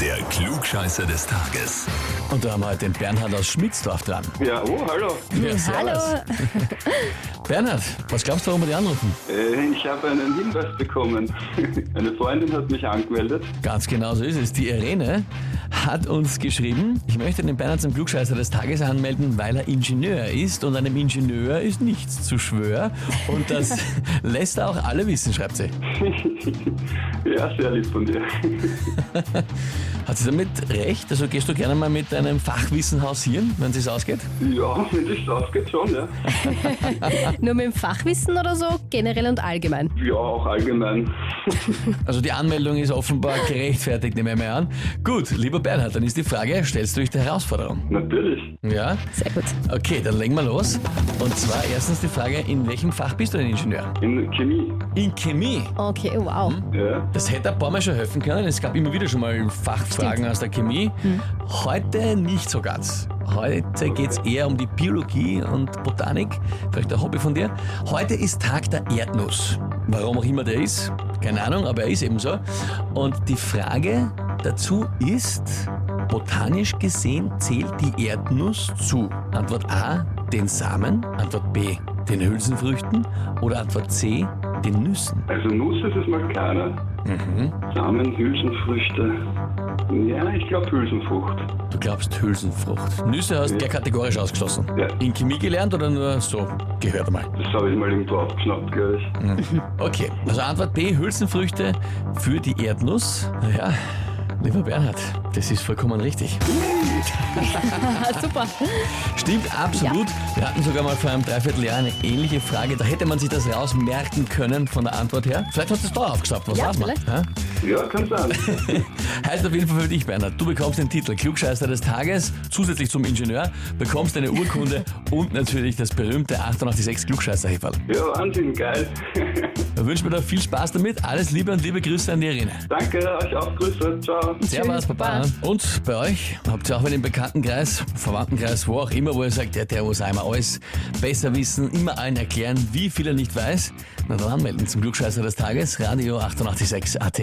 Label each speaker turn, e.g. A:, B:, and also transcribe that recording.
A: Der Klugscheißer des Tages.
B: Und da haben wir heute den Bernhard aus Schmitzdorf dran.
C: Ja, oh, hallo.
B: Ja,
D: Hallo.
B: Bernhard, was glaubst du, warum wir dich anrufen?
C: Äh, Ich habe einen Hinweis bekommen. Eine Freundin hat mich angemeldet.
B: Ganz genau so ist es. Die Irene hat uns geschrieben, ich möchte den Bernhard zum Klugscheißer des Tages anmelden, weil er Ingenieur ist und einem Ingenieur ist nichts zu schwör. Und das lässt auch alle wissen, schreibt sie.
C: Ja, sehr lieb von dir.
B: Hat sie damit recht? Also gehst du gerne mal mit deinem Fachwissen hausieren, wenn es ausgeht?
C: Ja, wenn sich's ausgeht schon, ja.
D: Nur mit dem Fachwissen oder so, generell und allgemein.
C: Ja, auch allgemein.
B: Also die Anmeldung ist offenbar gerechtfertigt, nehme ich mal an. Gut, lieber Bernhard, dann ist die Frage, stellst du dich der Herausforderung?
C: Natürlich.
B: Ja?
D: Sehr gut.
B: Okay, dann legen wir los. Und zwar erstens die Frage, in welchem Fach bist du denn Ingenieur?
C: In Chemie.
B: In Chemie.
D: Okay, wow.
C: Ja.
B: Das hätte ein paar Mal schon helfen können. Es gab immer wieder schon mal Fachfragen aus der Chemie. Heute nicht so ganz. Heute geht es eher um die Biologie und Botanik. Vielleicht ein Hobby von dir. Heute ist Tag der Erdnuss. Warum auch immer der ist, keine Ahnung, aber er ist eben so. Und die Frage dazu ist, botanisch gesehen zählt die Erdnuss zu. Antwort A, den Samen. Antwort B, den Hülsenfrüchten. Oder Antwort C, den Nüssen.
C: Also Nuss ist es mal keiner.
B: Mhm.
C: Samen, Hülsenfrüchte. Ja, ich glaube Hülsenfrucht.
B: Du glaubst Hülsenfrucht. Nüsse hast du gleich kategorisch ausgeschlossen.
C: Ja.
B: In Chemie gelernt oder nur so? Gehört mal.
C: Das habe ich mal irgendwo aufgeschnappt, glaube ich.
B: Okay, also Antwort B, Hülsenfrüchte für die Erdnuss. Ja, lieber Bernhard, das ist vollkommen richtig.
D: Ah, super.
B: Stimmt, absolut. Wir hatten sogar mal vor einem Dreivierteljahr eine ähnliche Frage. Da hätte man sich das rausmerken können von der Antwort her. Vielleicht hast du es da aufgeschnappt, was
D: Ja,
B: weiß man.
D: vielleicht.
B: Ja?
C: Ja, kann sein.
B: Heißt auf jeden Fall für dich, Bernhard. Du bekommst den Titel Klugscheißer des Tages, zusätzlich zum Ingenieur, bekommst eine Urkunde und natürlich das berühmte 886 klugscheißer -Heferl.
C: Ja, Wahnsinn, geil.
B: Wir wünschen mir da viel Spaß damit. Alles Liebe und liebe Grüße an die Irene.
C: Danke, euch auch Grüße. Ciao.
B: Servus,
D: Schönes
B: Papa. Und bei euch habt ihr auch in dem Bekanntenkreis, Verwandtenkreis, wo auch immer, wo ihr sagt, ja, der muss einmal alles besser wissen, immer allen erklären, wie viel er nicht weiß. Na dann anmelden zum Glückscheißer des Tages, Radio 886 AT.